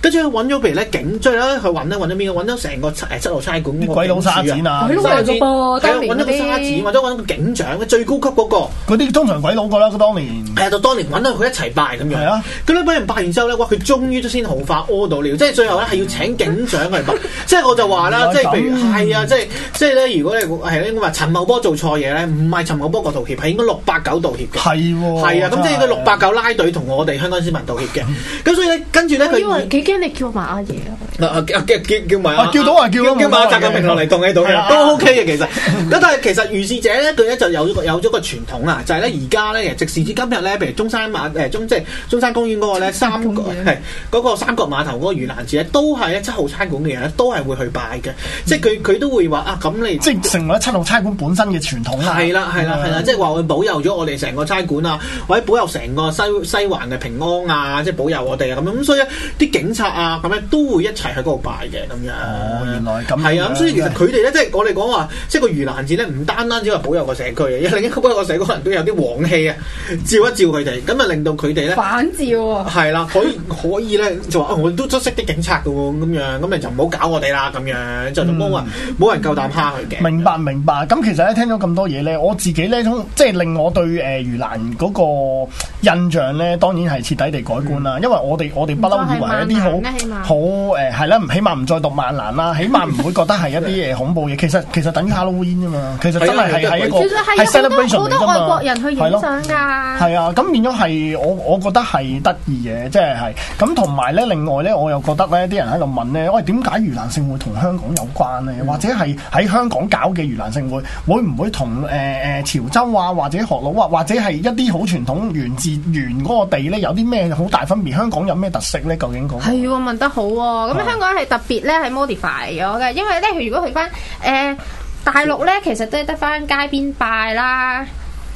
Speaker 3: 跟住佢揾咗譬如咧警，最咧去揾咧揾咗邊個？揾咗成個七誒七路差館
Speaker 1: 啲鬼佬沙展啊
Speaker 2: 鬼，佬嚟嘅噃當
Speaker 3: 揾
Speaker 2: 年嗰
Speaker 3: 咗個
Speaker 2: 啲
Speaker 3: 沙展，或者揾個警長，最高級嗰、個。
Speaker 1: 嗰啲通常鬼佬噶啦，當年。
Speaker 3: 係啊，就當年揾到佢一齊拜咁樣。
Speaker 1: 係啊，
Speaker 3: 咁咧俾人拜完之後咧，哇！佢終於都先好化屙到尿，即係最後咧係要請警長嚟
Speaker 1: [laughs]
Speaker 3: 拜。即係我就話啦，即係譬如
Speaker 1: 原來咁
Speaker 3: 係啊，即係即係咧，如果你係應該話陳茂波做錯嘢咧，唔係陳茂波個道歉，係應該六八九道歉嘅。
Speaker 1: 係喎。
Speaker 3: 係啊，咁即
Speaker 1: 真
Speaker 3: 係佢六八九拉隊同我哋香港市民道歉嘅。咁所以咧，跟住咧
Speaker 2: 我以
Speaker 3: 佢
Speaker 2: 為。幾驚你叫埋阿爺啊！
Speaker 3: 啊啊叫叫叫叫埋
Speaker 1: 啊叫到啊叫到
Speaker 3: 叫埋習近平落嚟動起動起
Speaker 1: 係啊
Speaker 3: 都 OK 嘅其實。咁但係其實遇事者咧，佢咧就有咗個有咗個傳統啦，就係咧而家咧，其實直至至今日咧，譬如中山碼誒中即係中山公園嗰個咧三角
Speaker 2: 公園
Speaker 3: 係嗰個三角碼頭嗰個盂蘭節咧，都係咧七號餐館嘅人咧都係會去拜嘅，即係佢佢都會話啊咁你
Speaker 1: 即係成為咗七號差館本身嘅傳統啦。
Speaker 3: 係啦，係
Speaker 1: 啊
Speaker 3: 啦，係啦，即係話佢保佑咗我哋成個差館啊，或者保佑成個西西環嘅平安啊，即係保佑我哋啊咁樣。咁所以咧，啲警察啊咁樣都會一齊喺嗰度拜嘅咁樣。
Speaker 1: 哦原來咁樣
Speaker 3: 係啊，咁所以其實佢哋咧，即係我哋講話，即係個盂蘭節咧，唔單單只係保佑個社區嘅，因為另一個保佑個社區可能都有啲旺氣啊，照一照佢哋，咁啊令到佢哋
Speaker 1: [laughs]
Speaker 3: 咧。
Speaker 2: 反照啊！
Speaker 3: 係啦，可以可以咧就話、啊我都都識啲警察嘅喎，咁樣咁你就唔好搞我哋啦，咁樣就冇話
Speaker 1: 嗯
Speaker 3: 冇人夠膽蝦佢嘅。
Speaker 1: 明白明白，咁其實咧聽咗咁多嘢咧，我自己咧通即係令我對誒、呃、盂蘭嗰個印象咧，當然係徹底地改觀啦。因為我哋我哋不嬲以為一啲
Speaker 2: 嗯唔再係萬難啦啊起碼
Speaker 1: 好好誒係啦，唔起碼唔再讀萬難啦，起碼唔會覺得係一啲誒呃恐怖嘢。其實其實等於 Halloween 啫嘛，其實真係係係一個
Speaker 2: 其實
Speaker 1: 係
Speaker 2: 係有
Speaker 1: celebration
Speaker 2: 好
Speaker 1: 嚟
Speaker 2: 多
Speaker 1: 㗎
Speaker 2: 好多外
Speaker 1: 嘛
Speaker 2: 國人去，
Speaker 1: 係
Speaker 2: 影
Speaker 1: 咯。
Speaker 2: 相㗎。
Speaker 1: 係啊，咁變咗係我我覺得係得意嘅，即係係咁同埋咧，另外咧，我又覺得咧，啲人喺度問咧，喂點解盂蘭勝會同香港有關咧？或者係喺香港搞嘅盂蘭勝會，會唔會同誒誒潮州啊，或者學佬啊，或者係一啲好傳統源自源嗰個地咧，有啲咩好大分別？香港有咩特色咧？究竟嗰個、
Speaker 2: 係喎，問得好喎、
Speaker 1: 啊
Speaker 2: 咁香港係特別咧，係 modify 咗嘅，因為咧，如果去翻誒、呃大陸咧，其實都係得翻街邊拜啦，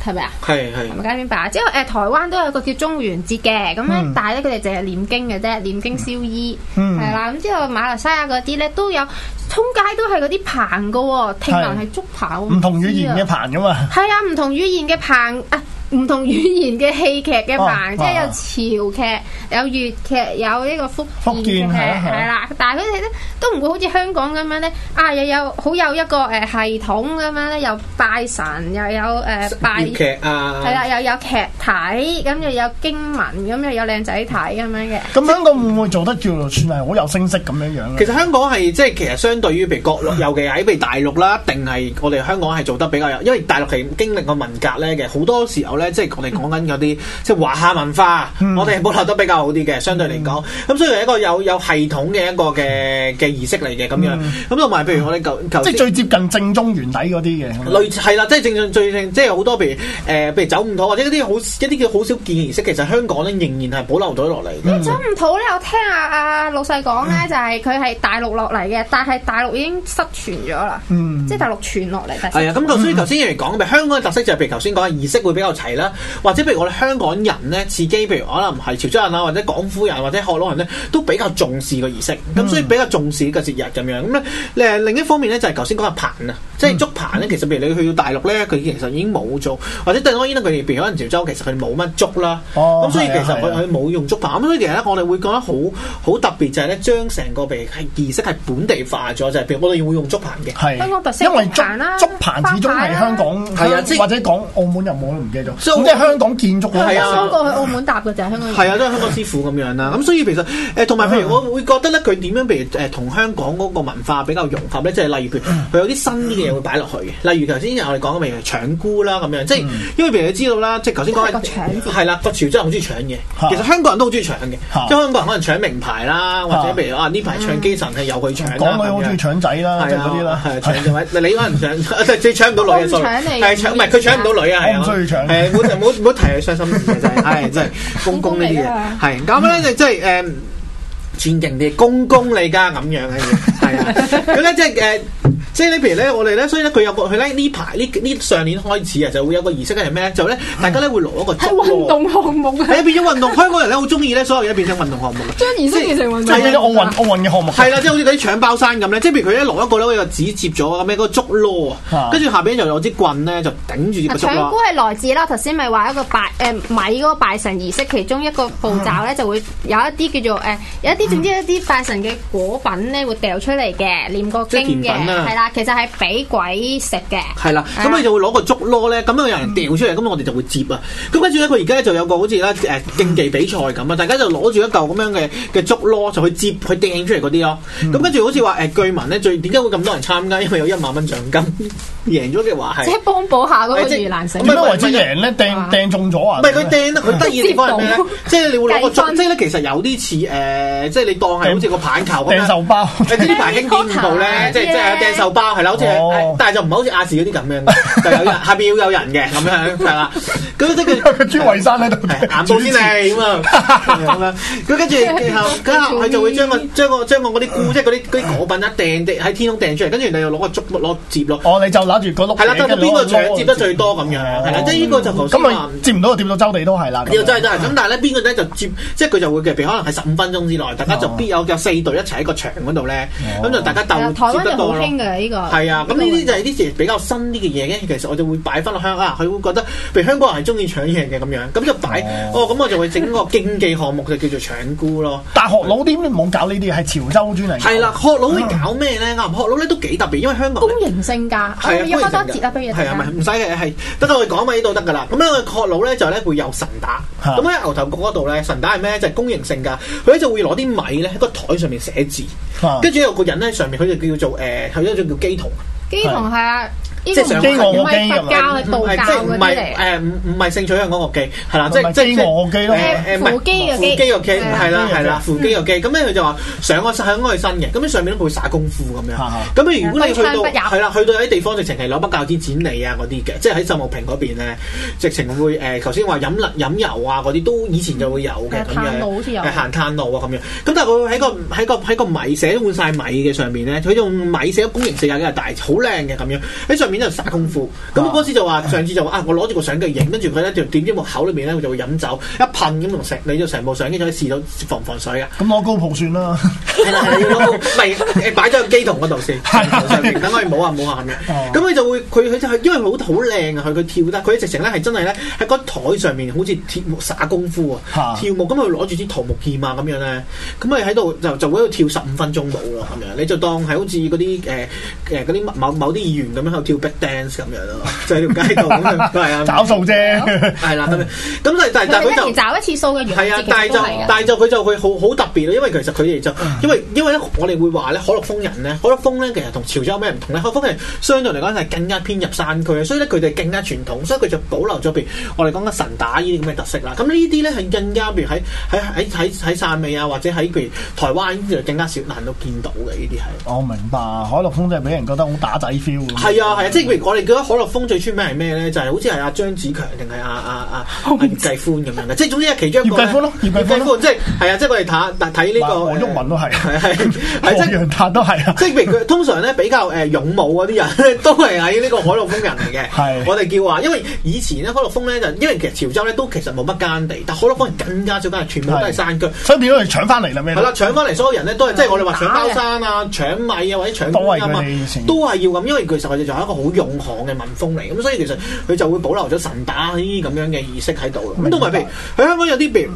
Speaker 2: 係咪啊？
Speaker 3: 係
Speaker 1: 嗯
Speaker 3: 係
Speaker 2: 係咪街邊拜？之後誒、呃台灣都有個叫中元節嘅，咁咧、
Speaker 1: 嗯
Speaker 2: 但係咧佢哋淨係念經嘅啫，念經燒衣，
Speaker 1: 嗯
Speaker 2: 係啦、咁之後馬來西亞嗰啲咧都有，通街都係嗰啲棚嘅喎、聽聞係竹棚，我
Speaker 1: 唔同語
Speaker 2: 知啊
Speaker 1: 言嘅棚噶嘛？
Speaker 2: 係啊，唔同語言嘅棚啊，唔唔同語言嘅戲劇嘅
Speaker 1: 啊
Speaker 2: 棚，即係有潮劇、有粵劇、有呢個福
Speaker 1: 福建
Speaker 2: 建劇，
Speaker 1: 係啊係啊
Speaker 2: 係啦。但係佢哋咧都唔會好似香港咁樣咧，啊又有好有一個誒系統咁樣咧，又拜神，又有誒拜
Speaker 3: 粵。劇啊，
Speaker 2: 係啦，又有劇睇，咁又有經文，咁又有靚仔睇咁樣嘅。
Speaker 1: 咁香港會唔會做得叫做算係好有聲色咁樣樣
Speaker 3: 其
Speaker 1: 咧？
Speaker 3: 實香港係即係其實相對於譬如國
Speaker 1: [laughs]
Speaker 3: 內，尤其喺譬如大陸啦，一定係我哋香港係做得比較有，因為大陸係經歷過文革咧嘅，好多時候咧即係我哋講緊嗰
Speaker 1: 嗯
Speaker 3: 啲即係華夏文化，我哋係保留得比較好啲嘅，相對嚟講，
Speaker 1: 嗯
Speaker 3: 咁所以係一個有有系統嘅一個嘅嘅儀式嚟嘅咁樣，咁同埋譬如我哋舊
Speaker 1: 嗯即
Speaker 3: 舊
Speaker 1: 係最接近正宗原底嗰啲嘅。
Speaker 3: 類似係啦，即係正正最正，即係好多譬如誒、呃譬如走唔妥或者一啲好一啲叫好少見嘅儀式，其實香港咧仍然係保留咗落嚟嘅。
Speaker 2: 走唔到咧，我聽阿阿老細講
Speaker 3: 嗯
Speaker 2: 咧，就係佢係大陸落嚟嘅，但係大陸已經失傳咗啦，
Speaker 1: 嗯
Speaker 2: 即係大陸傳落嚟。但係
Speaker 3: 係啊，咁就所以頭先嚟講，譬如香港嘅特色就係譬如頭先講嘅儀式會比較齊啦，或者譬如我哋香港人咧，自己譬如可能係潮州人啊，或者廣府人或者學佬人咧，都比較重視個儀式，
Speaker 1: 嗯
Speaker 3: 咁所以比較重視個節日咁樣。咁咧誒另一方面咧就係頭先講嘅棚啊，即
Speaker 1: 嗯
Speaker 3: 係竹棚咧，其實譬如你去到大陸咧，佢其實已經冇做，或者當然啦，佢哋譬如可能潮州其實佢冇乜竹啦，咁、
Speaker 1: 哦
Speaker 3: 所以其
Speaker 1: 係啊
Speaker 3: 實
Speaker 1: 係
Speaker 3: 佢
Speaker 1: 啊
Speaker 3: 佢冇用竹棚，咁所以其實咧我哋會覺得好好特別就係咧將成個譬如係儀式係本地化咗，就係、譬如我哋會用竹棚嘅。
Speaker 1: 係
Speaker 2: 香港特色
Speaker 1: 因為
Speaker 2: 竹
Speaker 1: 竹
Speaker 2: 棚啦
Speaker 1: 竹棚始終係香港，
Speaker 3: 花牌啦係啊即係
Speaker 1: 或者講澳門有冇都唔記得咗。
Speaker 3: 所以我
Speaker 1: 咁即係香港建築嗰
Speaker 3: 係
Speaker 1: 啲
Speaker 3: 啊
Speaker 2: 香港去澳門搭嘅就係香港人。
Speaker 3: 係啊，都係香港師傅咁樣啦。咁所以其實誒，同埋譬如
Speaker 1: 啊
Speaker 3: 我會覺得咧，佢點樣譬如誒同香港嗰個文化比較融合咧，即係例如譬
Speaker 1: 嗯
Speaker 3: 如佢有啲新啲嘅嘢會擺落去嘅，例如頭先我哋講嘅譬如搶菇啦咁樣，即
Speaker 1: 嗯
Speaker 3: 係因為譬如你知道啦，即係頭先講
Speaker 2: 係個搶字
Speaker 3: 係啦，個潮州人好中意搶
Speaker 1: 嚇
Speaker 3: 嘢，其實香港人都好中意搶
Speaker 1: 嚇嗯
Speaker 3: 嘅，即係香港人可能搶名牌啦，或者譬如啊呢排搶機神係由佢搶啦，啊
Speaker 1: 港女好中意
Speaker 3: 咁樣
Speaker 1: 搶仔啦，即
Speaker 3: 係
Speaker 1: 係
Speaker 3: 啊
Speaker 1: 嗰啲啦，
Speaker 3: 係啊搶嘅位，你可能搶， [laughs] 你搶唔到女
Speaker 2: 我
Speaker 3: 嘅
Speaker 2: 唔
Speaker 3: sorry，
Speaker 2: 搶你
Speaker 3: 係搶唔係佢搶唔到女啊，係啊，
Speaker 1: 我唔需要搶
Speaker 3: 係唔好唔好唔好提佢傷心事啊嘅
Speaker 1: [laughs]
Speaker 3: 真係，唉真係公公呢啲嘢係咁咧，就即係誒。尊敬啲公公你㗎咁樣
Speaker 2: [laughs]
Speaker 3: 嘅嘢，係啊，咁咧即係誒，即係咧，譬如咧，我哋咧，所以咧，佢有個佢咧呢排呢呢上年開始啊，就會有個儀式係咩咧？就咧，大家咧會攞一個
Speaker 2: 係
Speaker 3: 竹
Speaker 2: 運
Speaker 3: 籮，
Speaker 2: 動項目啊，
Speaker 3: 係變咗運動。香港人咧好中意咧，所有嘢變成運動項目啦。
Speaker 2: 將儀式變成運動
Speaker 1: 即係嗰啲奧
Speaker 2: 項目
Speaker 1: 運
Speaker 2: 啊。
Speaker 1: 奧運嘅項目。
Speaker 3: 係啦，即係好似嗰啲搶包山咁咧，即係譬如佢一攞一個咧，個紙接咗咁樣嗰個竹籮
Speaker 1: 啊
Speaker 3: 啊，跟住下邊就有支棍咧，就頂住
Speaker 2: 啊
Speaker 3: 個竹
Speaker 2: 搶
Speaker 3: 籮
Speaker 2: 菇。係來自啦，頭先咪話一個拜誒米嗰個拜神儀式，其中一個步驟
Speaker 3: 嗯
Speaker 2: 咧就會有一啲叫做誒有一啲總之一啲拜神嘅果品咧會掉出嚟嘅，念個
Speaker 3: 即係
Speaker 2: 經嘅，
Speaker 3: 甜品啊
Speaker 2: 係啦，其實係俾鬼食嘅。
Speaker 3: 係啦，
Speaker 2: 係
Speaker 3: 咁
Speaker 2: 啦
Speaker 3: 你就會攞個竹籮咧，咁樣有人掉出嚟，咁我哋就會接啊。咁跟住咧，佢而家就有個好似咧誒競技比賽咁啊，大家就攞住一嚿咁樣嘅嘅竹籮就去接去掟出嚟嗰啲咯。
Speaker 1: 嗯
Speaker 3: 咁跟住好似話誒據聞咧，最點解會咁多人參加？因為有一萬蚊獎金， [laughs] 贏咗嘅話
Speaker 2: 即
Speaker 3: 係
Speaker 2: 係。幫補下嗰個
Speaker 3: 誒即係
Speaker 2: 盂蘭勝
Speaker 1: 點樣為之贏咧？掟
Speaker 2: 啊
Speaker 1: 掟中咗啊！
Speaker 3: 唔係佢掟得佢得意嘅地方係咩咧
Speaker 2: 接到？
Speaker 3: 即係你會攞個
Speaker 2: 計
Speaker 3: 竹，
Speaker 2: 分
Speaker 3: 即係咧其實有啲似誒，即係你當係好似個棒球咁
Speaker 1: 掟
Speaker 3: 樣。
Speaker 1: 手包。
Speaker 3: 誒呢排興見唔到咧，即係即係掟手包係啦，好似
Speaker 1: 哦
Speaker 3: 係，但係就唔係好似亞視嗰啲咁樣嘅，就有人下邊要有人嘅咁樣係啦。咁即係佢
Speaker 1: 佢 [laughs] 朱慧珊喺度
Speaker 3: 係眼部先嚟咁啊，咁樣。咁跟住然後，跟後佢就會將個將個將個嗰啲菇，即係嗰啲嗰啲果品一掟掟喺天空掟出嚟，跟住你又攞個竹攞接咯。
Speaker 1: 哦，你就揦住嗰碌嘢。
Speaker 3: 係啦，睇到邊個
Speaker 1: 跟
Speaker 3: 搶
Speaker 1: 住
Speaker 3: 接得最多咁樣，係啦，即係呢個就頭先
Speaker 1: 咁
Speaker 3: 話
Speaker 1: 咪。接唔到就接到周地都係啦。咁
Speaker 3: 要真係真係，咁但係咧邊個咧就接，即係佢就會嘅，譬如可能係十五分鐘之內，大家就必有有四隊一齊喺個場嗰度咧，咁就大家
Speaker 2: 係啊
Speaker 3: 鬥
Speaker 2: 台灣
Speaker 3: 接
Speaker 2: 就
Speaker 3: 得多
Speaker 2: 好
Speaker 3: 咯。
Speaker 2: 興嘅呢個。
Speaker 3: 係啊，咁呢
Speaker 2: 個
Speaker 3: 啲就係啲比較新啲嘅嘢嘅，其實我就會擺翻落香港啊，佢會覺得，譬如香港人係中意搶嘢嘅咁樣，咁就擺
Speaker 1: 哦
Speaker 3: 哦，咁我就會整個競技項目就叫做搶菇咯。嗯
Speaker 1: 大學佬點解冇搞呢啲嘢？係潮州專嚟。
Speaker 3: 係啦，，學佬會搞咩咧？啱，學佬咧都幾特別，因為香港
Speaker 2: 公
Speaker 3: 呢
Speaker 2: 營性㗎，我
Speaker 3: 係啊，
Speaker 2: 哋要開多節啊，不如
Speaker 3: 係啊，唔係唔使嘅，係得我哋講埋呢度得㗎啦。咁咧，我哋確佬咧就咧會有神打。
Speaker 1: 嚇
Speaker 3: 咁喺牛頭角嗰度咧，神打係咩咧？就係公營性㗎。佢咧就會攞啲米咧喺個台上面寫字，
Speaker 1: 嚇
Speaker 3: 跟住有個人咧喺上面，佢就叫做誒，佢有一種叫基童，
Speaker 2: 基同係啊，呢
Speaker 3: 即
Speaker 2: 個
Speaker 3: 係上
Speaker 2: 唔
Speaker 3: 機我
Speaker 1: 我機
Speaker 2: 係佛教係道
Speaker 3: 係
Speaker 2: 教
Speaker 3: 即係
Speaker 2: 嗰
Speaker 3: 唔
Speaker 2: 啲
Speaker 3: 係
Speaker 2: 嚟。
Speaker 3: 誒唔唔係性取向嗰個基係啦，
Speaker 1: 唔
Speaker 3: 即
Speaker 1: 係
Speaker 3: 係即係
Speaker 1: 飢餓嘅機咯
Speaker 3: 誒誒唔
Speaker 2: 扶啊
Speaker 3: 係
Speaker 2: 機嘅
Speaker 3: 扶
Speaker 2: 機
Speaker 3: 機個機
Speaker 2: 係啊
Speaker 1: 扶機嘅機嗯
Speaker 3: 係啦係啦，扶機個機。咁咧佢就話上個上個係新嘅，咁樣上面都會耍功夫咁樣
Speaker 1: 嚇。
Speaker 3: 咁譬如如果你去
Speaker 2: 刀槍
Speaker 3: 到
Speaker 2: 不入
Speaker 3: 係啦，去到有啲地方直情係攞北教子剪你啊嗰啲嘅，即係喺秀茂坪嗰邊咧，直情會誒頭先話飲辣飲油啊嗰啲都以前就會有嘅
Speaker 2: 係
Speaker 3: 咁
Speaker 2: 炭爐好似
Speaker 3: 樣，
Speaker 2: 有
Speaker 3: 係行炭路啊咁樣。咁但係佢會喺個喺個喺個米寫滿晒米嘅上面咧，佢用米寫咗公營四廿幾日大，好靚嘅咁樣，喺上面咧就耍功夫。咁
Speaker 2: 啊
Speaker 3: 我嗰時就話，上次就話啊，我攞住個相機影，跟住佢咧就點知我口裏面咧佢就會飲酒，一噴咁同食，你就成部相機就可以試到防唔防水啊嘅。
Speaker 1: 咁攞高蒲算啦。
Speaker 3: 係啦，係啦要攞個咪誒擺咗個機筒嗰度先，上面等我哋冇啊冇啊咁
Speaker 1: 哦
Speaker 3: 樣。咁佢就會佢佢就係因為好好靚啊，佢佢跳得，佢直情咧係真係咧喺個台上面好似跳舞耍功夫啊
Speaker 1: 嚇，
Speaker 3: 跳舞咁佢攞住支桃木劍啊咁樣咧，咁佢喺度就就會喺度跳十五分鐘舞咯咁樣，你就當係好似嗰啲誒誒嗰啲某某啲議員咁樣喺度跳 back dance 咁樣咯，就喺條街度咁樣，係
Speaker 1: [laughs]
Speaker 3: 啊，
Speaker 1: 找數
Speaker 3: [laughs]
Speaker 1: 啫，
Speaker 3: 係啦咁樣，咁但係但係但係
Speaker 2: 佢
Speaker 3: 佢
Speaker 2: 一
Speaker 3: 就
Speaker 2: 年。找一次數嘅原
Speaker 3: 係啊，
Speaker 2: 節
Speaker 3: 但係
Speaker 2: 其實都
Speaker 3: 就
Speaker 2: 係嗯㗎。
Speaker 3: 但係就佢就會好好特別咯，因為其實佢哋就因為因為咧，我哋會話咧，可樂風人咧，可樂風咧其實同潮州有咩唔同咧？可樂風人相對嚟講係更加偏入山區所以咧佢哋更加傳統，所以佢就保留咗譬如我哋講緊神打呢啲咁嘅特色啦。咁呢啲咧係更加譬如喺喺喺喺喺汕尾啊，或者喺譬如台灣就更加少難到見到嘅呢啲係。
Speaker 1: 我明白。海陸風就係俾人覺得好打仔 feel 咁。
Speaker 3: 係啊係啊，即係譬如我哋覺得可樂風最出名係咩咧？就係、好似係阿張子強定係阿阿阿阿葉繼歡咁樣嘅，即係總之係其中一個
Speaker 1: 葉繼歡咯葉繼歡咯
Speaker 3: 葉即係係啊，即係我哋睇睇呢個
Speaker 1: 黃毓民都係 [laughs]
Speaker 3: 係係係即
Speaker 1: 何
Speaker 3: 係
Speaker 1: 楊達都係啊。
Speaker 3: 即係譬如佢通常咧比較誒勇武嗰啲人咧，都係喺呢個海陸豐人嚟
Speaker 1: 係
Speaker 3: 嘅。我哋叫話，因為以前咧海陸豐咧就因為其實潮州咧都其實冇乜耕地，但海陸豐人更加少耕地，全部都係山區。
Speaker 1: 所以變咗佢搶翻嚟啦咩
Speaker 3: 係？啦，搶翻嚟所有人咧都係即係我哋話搶包山啊、搶米啊或者搶公
Speaker 1: 都係
Speaker 3: 啊
Speaker 1: 佢哋以前
Speaker 3: 都係要咁，因為其實佢哋就係一個好勇悍嘅民風嚟，咁所以其實佢就會保留咗神打呢啲咁樣嘅意識喺度咯。咁同埋譬如喺香港有啲譬如。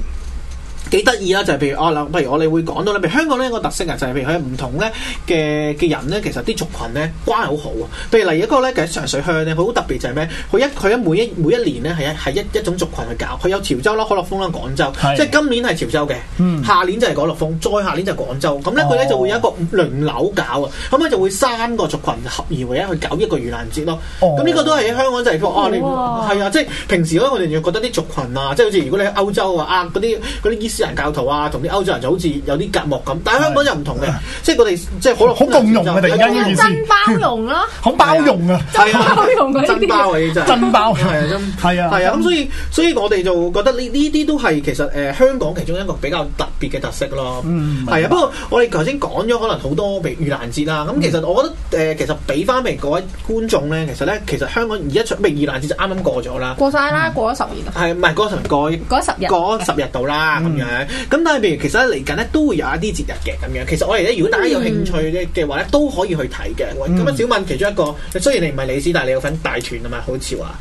Speaker 3: 幾得意啦，就係、譬如啊嗱，譬如我哋會講到咧，譬如香港呢個特色啊，就係、譬如佢唔同咧嘅嘅人咧，其實啲族群咧關係好好啊。譬如例如一個咧，其實上水鄉咧，佢好特別就係咩？佢一佢一每一每一年咧係一係一一種族群去搞，佢有潮州啦、海陸豐啦、廣州
Speaker 1: 係，
Speaker 3: 即係今年係潮州嘅，
Speaker 1: 嗯
Speaker 3: 下年就係海陸豐，再下年就係廣州。咁咧佢
Speaker 1: 哦
Speaker 3: 咧就會有一個輪流搞啊，咁佢就會三個族群合而為一去搞一個盂蘭節咯。
Speaker 1: 哦
Speaker 3: 咁呢、個都係喺香港就係、哦，你
Speaker 2: 哇
Speaker 3: 係啊，即係平時咧，我哋就覺得啲族群啊，即係好似如果你喺歐洲啊，啊嗰啲嗰啲伊斯蘭教徒啊，同啲歐洲人就好似有啲隔膜咁，但係香港又唔同嘅，即係我哋即係可能
Speaker 1: 好共融啊突然間呢件事
Speaker 2: 真包容咯，
Speaker 1: 好包容啊，
Speaker 3: 係啊，
Speaker 2: 包容啊呢啲
Speaker 3: 真包啊！呢啲真係
Speaker 1: 真包
Speaker 3: 係啊，真
Speaker 1: 係啊，
Speaker 3: 係啊，咁所以所以我哋就覺得呢呢啲都係其實誒、呃香港其中一個比較特別嘅特色咯。
Speaker 1: 嗯
Speaker 3: 係啊。不過我哋頭先講咗可能好多譬如盂蘭節啦，咁其實我覺得誒、呃其實俾翻俾各位觀眾咧，其實咧其實香港而家出譬如盂蘭節就啱啱過咗啦，
Speaker 2: [laughs] 過晒啦，過咗十年啦，
Speaker 3: 係唔係嗰陣過
Speaker 2: 過咗十日，
Speaker 3: 嗰十日到啦咁樣，咁但係譬如其實嚟緊咧都會有一啲節日嘅咁樣。其實我哋咧，如果大家有興趣咧嘅話咧，都可以去睇嘅。喂咁啊，小敏其中一個，雖然你唔係理事，但係你有份大團啊嘛，好似話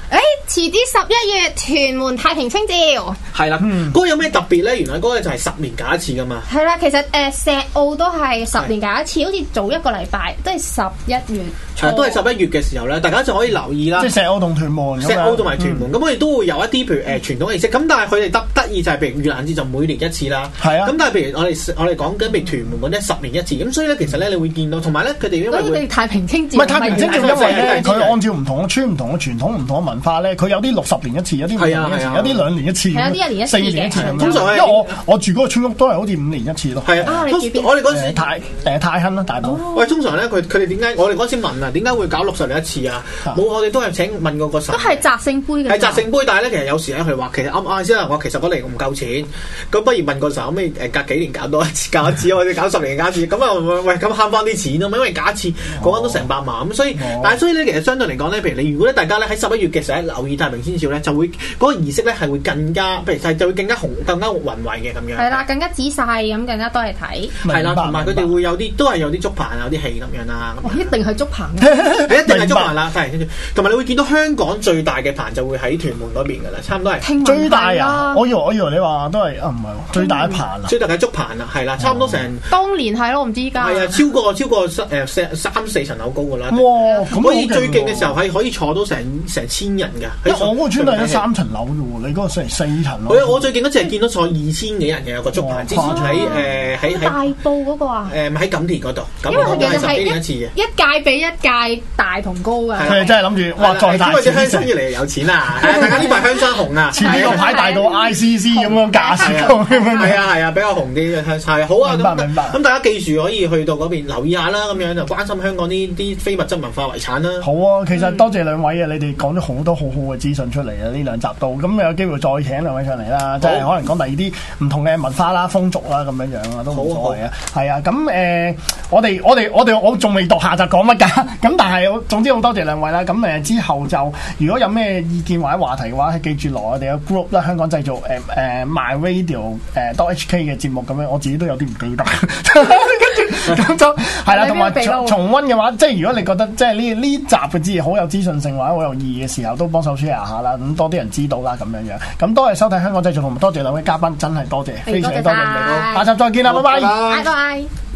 Speaker 2: 誒，遲啲十一月屯門太平清醮。
Speaker 3: 係啦。哦
Speaker 1: 嗯
Speaker 3: 嗰個有咩特別咧？原來嗰個就係十年搞一次噶嘛。
Speaker 2: 係啦，其實誒、呃石澳都係十年搞一次，好似早一個禮拜，都係十一月哦初，
Speaker 3: 係啊都係十一月嘅時候咧，大家就可以留意啦
Speaker 1: 即係。石澳同屯門咁樣啊嗯
Speaker 3: 石澳同埋屯門，咁我哋都會有一啲譬如誒傳統嘅儀式，咁但係佢哋得得意就係譬如盂蘭節就每年一次啦，
Speaker 1: 係啊
Speaker 3: 咁但係譬如我哋我哋講緊譬如屯門嗰啲十年一次，咁所以咧其實咧你會見到，同埋咧佢哋因為
Speaker 2: 所以
Speaker 3: 會
Speaker 2: 佢哋太平清醮
Speaker 1: 唔係太平清醮，因為咧
Speaker 3: 係啊係
Speaker 1: 佢按照唔同嘅村、唔同嘅傳統、唔同嘅文化咧，佢有啲六十年一次，有啲五十
Speaker 3: 係啊
Speaker 1: 年一次，
Speaker 3: 係啊
Speaker 1: 有啲兩年一次，
Speaker 2: 係有啲一年一次
Speaker 1: 四年一次
Speaker 2: 嘅
Speaker 1: 咁樣。
Speaker 3: 通常係
Speaker 1: 因為我我住嗰個村屋都係好似五年一次咯。
Speaker 3: 係
Speaker 2: 啊
Speaker 3: 啊，
Speaker 2: 你
Speaker 3: 通
Speaker 2: 住邊
Speaker 3: 我哋嗰
Speaker 1: 誒
Speaker 3: 時哦
Speaker 1: 太誒太亨啦，大埔
Speaker 3: 喂，通常咧，佢佢哋點解我哋嗰時問啊，點解會搞六十年一次啊？
Speaker 1: 啊
Speaker 3: 冇，我哋都係請問過個神
Speaker 2: 都。係擲聖杯嘅，
Speaker 3: 係擲聖杯，但係咧，其實有時咧，佢話其實啱啱先啦，我其實嗰嚟唔夠錢，咁不如問個神啊可唔可以誒隔幾年搞多一次，搞一次，我哋搞十年搞一次，咁啊喂喂，咁慳翻啲錢啊嘛，因為假設講緊都成百萬，咁所以
Speaker 1: 哦
Speaker 3: 但係所以咧，其實相對嚟講咧，譬如你如果咧大家咧喺十一月嘅時候呢留意太平天朝咧，就會嗰個儀式咧係會更加，譬如就就會更加紅、更加宏偉嘅咁樣。
Speaker 2: 係啦，更加仔細咁，更加多嘢睇，
Speaker 3: 係啦，
Speaker 1: 明白哦
Speaker 3: 同埋佢哋會有啲都係有啲竹棚啊有啲戲咁樣啦。咁
Speaker 2: 哇，一定係竹棚嘅，
Speaker 3: 係一定係
Speaker 1: 明
Speaker 3: 中
Speaker 1: 白
Speaker 3: 環啦，係跟住，同埋你會見到香港最大嘅棚就會喺屯門嗰邊噶啦，差唔多係
Speaker 2: 聽聞
Speaker 1: 最大
Speaker 2: 係
Speaker 1: 啊！
Speaker 2: 啦
Speaker 1: 我以為我以為你話都係啊，唔係喎最大一棚啊！哦
Speaker 3: 最大嘅竹棚啦，係啦，差唔多成
Speaker 2: 當年係咯，我唔知依家
Speaker 3: 係啊，超過超過誒四三四層樓高噶啦。
Speaker 1: 哇！咁
Speaker 3: 可以最勁
Speaker 1: 喎
Speaker 3: 嘅時候係可以坐到成成千人㗎。
Speaker 1: 因
Speaker 3: 喺
Speaker 1: 為我嗰個村都係得
Speaker 3: 上面睇戲
Speaker 1: 三層樓啫喎，你嗰個成四層
Speaker 3: 我
Speaker 1: 樓。
Speaker 3: 我最勁嗰次係見到坐二千幾人嘅有個竹
Speaker 1: 哇
Speaker 3: 棚，之前喺誒呃喺
Speaker 2: 大
Speaker 3: 喺
Speaker 2: 埔嗰個啊，
Speaker 3: 誒喺錦田嗰度，錦
Speaker 2: 因
Speaker 3: 田
Speaker 2: 為
Speaker 3: 嗰
Speaker 2: 佢
Speaker 3: 度
Speaker 2: 其
Speaker 3: 係
Speaker 2: 實
Speaker 3: 十
Speaker 2: 係
Speaker 3: 幾
Speaker 2: 一
Speaker 3: 年一次嘅。
Speaker 2: 一屆比一屆大同高㗎。
Speaker 1: 佢哋真係諗住哇，再大
Speaker 3: 因為
Speaker 1: 錢
Speaker 3: 啲鄉
Speaker 1: 啲
Speaker 3: 紳越嚟越有錢啦，係啊大家呢排鄉山
Speaker 1: [laughs]
Speaker 3: 紅啊，
Speaker 1: 前面個牌大到 ICC 咁樣架式咁
Speaker 3: 係
Speaker 1: 樣。
Speaker 3: 啊係啊，比較紅啲嘅係好啊。
Speaker 1: 明白
Speaker 3: 咁
Speaker 1: 明白
Speaker 3: 咁大家記住可以去到嗰邊留意下啦，咁樣就關心香港呢啲非物質文化遺產啦。
Speaker 1: 好啊，其實多謝兩位啊，你哋講咗好多好好嘅資訊出嚟啊，呢兩集都咁有機會再請兩位上嚟啦，即係可能講第二啲唔同嘅文化啦、風俗啦咁樣樣啊，都冇 [laughs] 所謂啊。係啊，咁誒，我哋我哋我哋我仲未讀下集講乜㗎，咁但係我總之好多謝兩位啦。咁誒之後就如果有咩意見或者話題嘅話，記住來我哋嘅 group 啦，香港製造誒誒 my radio 誒 dot hk 嘅節目咁樣，我自己都有啲唔記得。 [laughs] 跟住咁就係啦，同埋
Speaker 2: 你邊個備
Speaker 1: 重
Speaker 2: 撈
Speaker 1: 重温嘅話，即係如果你覺得即係呢呢集嘅資料好有資訊性或者好有意義嘅時候，都幫手 share 下啦，咁多啲人知道啦咁樣樣。咁多謝收睇香港製造，同埋多謝兩位嘉賓，真係多謝，非常之多謝你哋。
Speaker 2: 多謝晒
Speaker 1: 下集再見啦，拜拜。
Speaker 2: 嗌個嗌。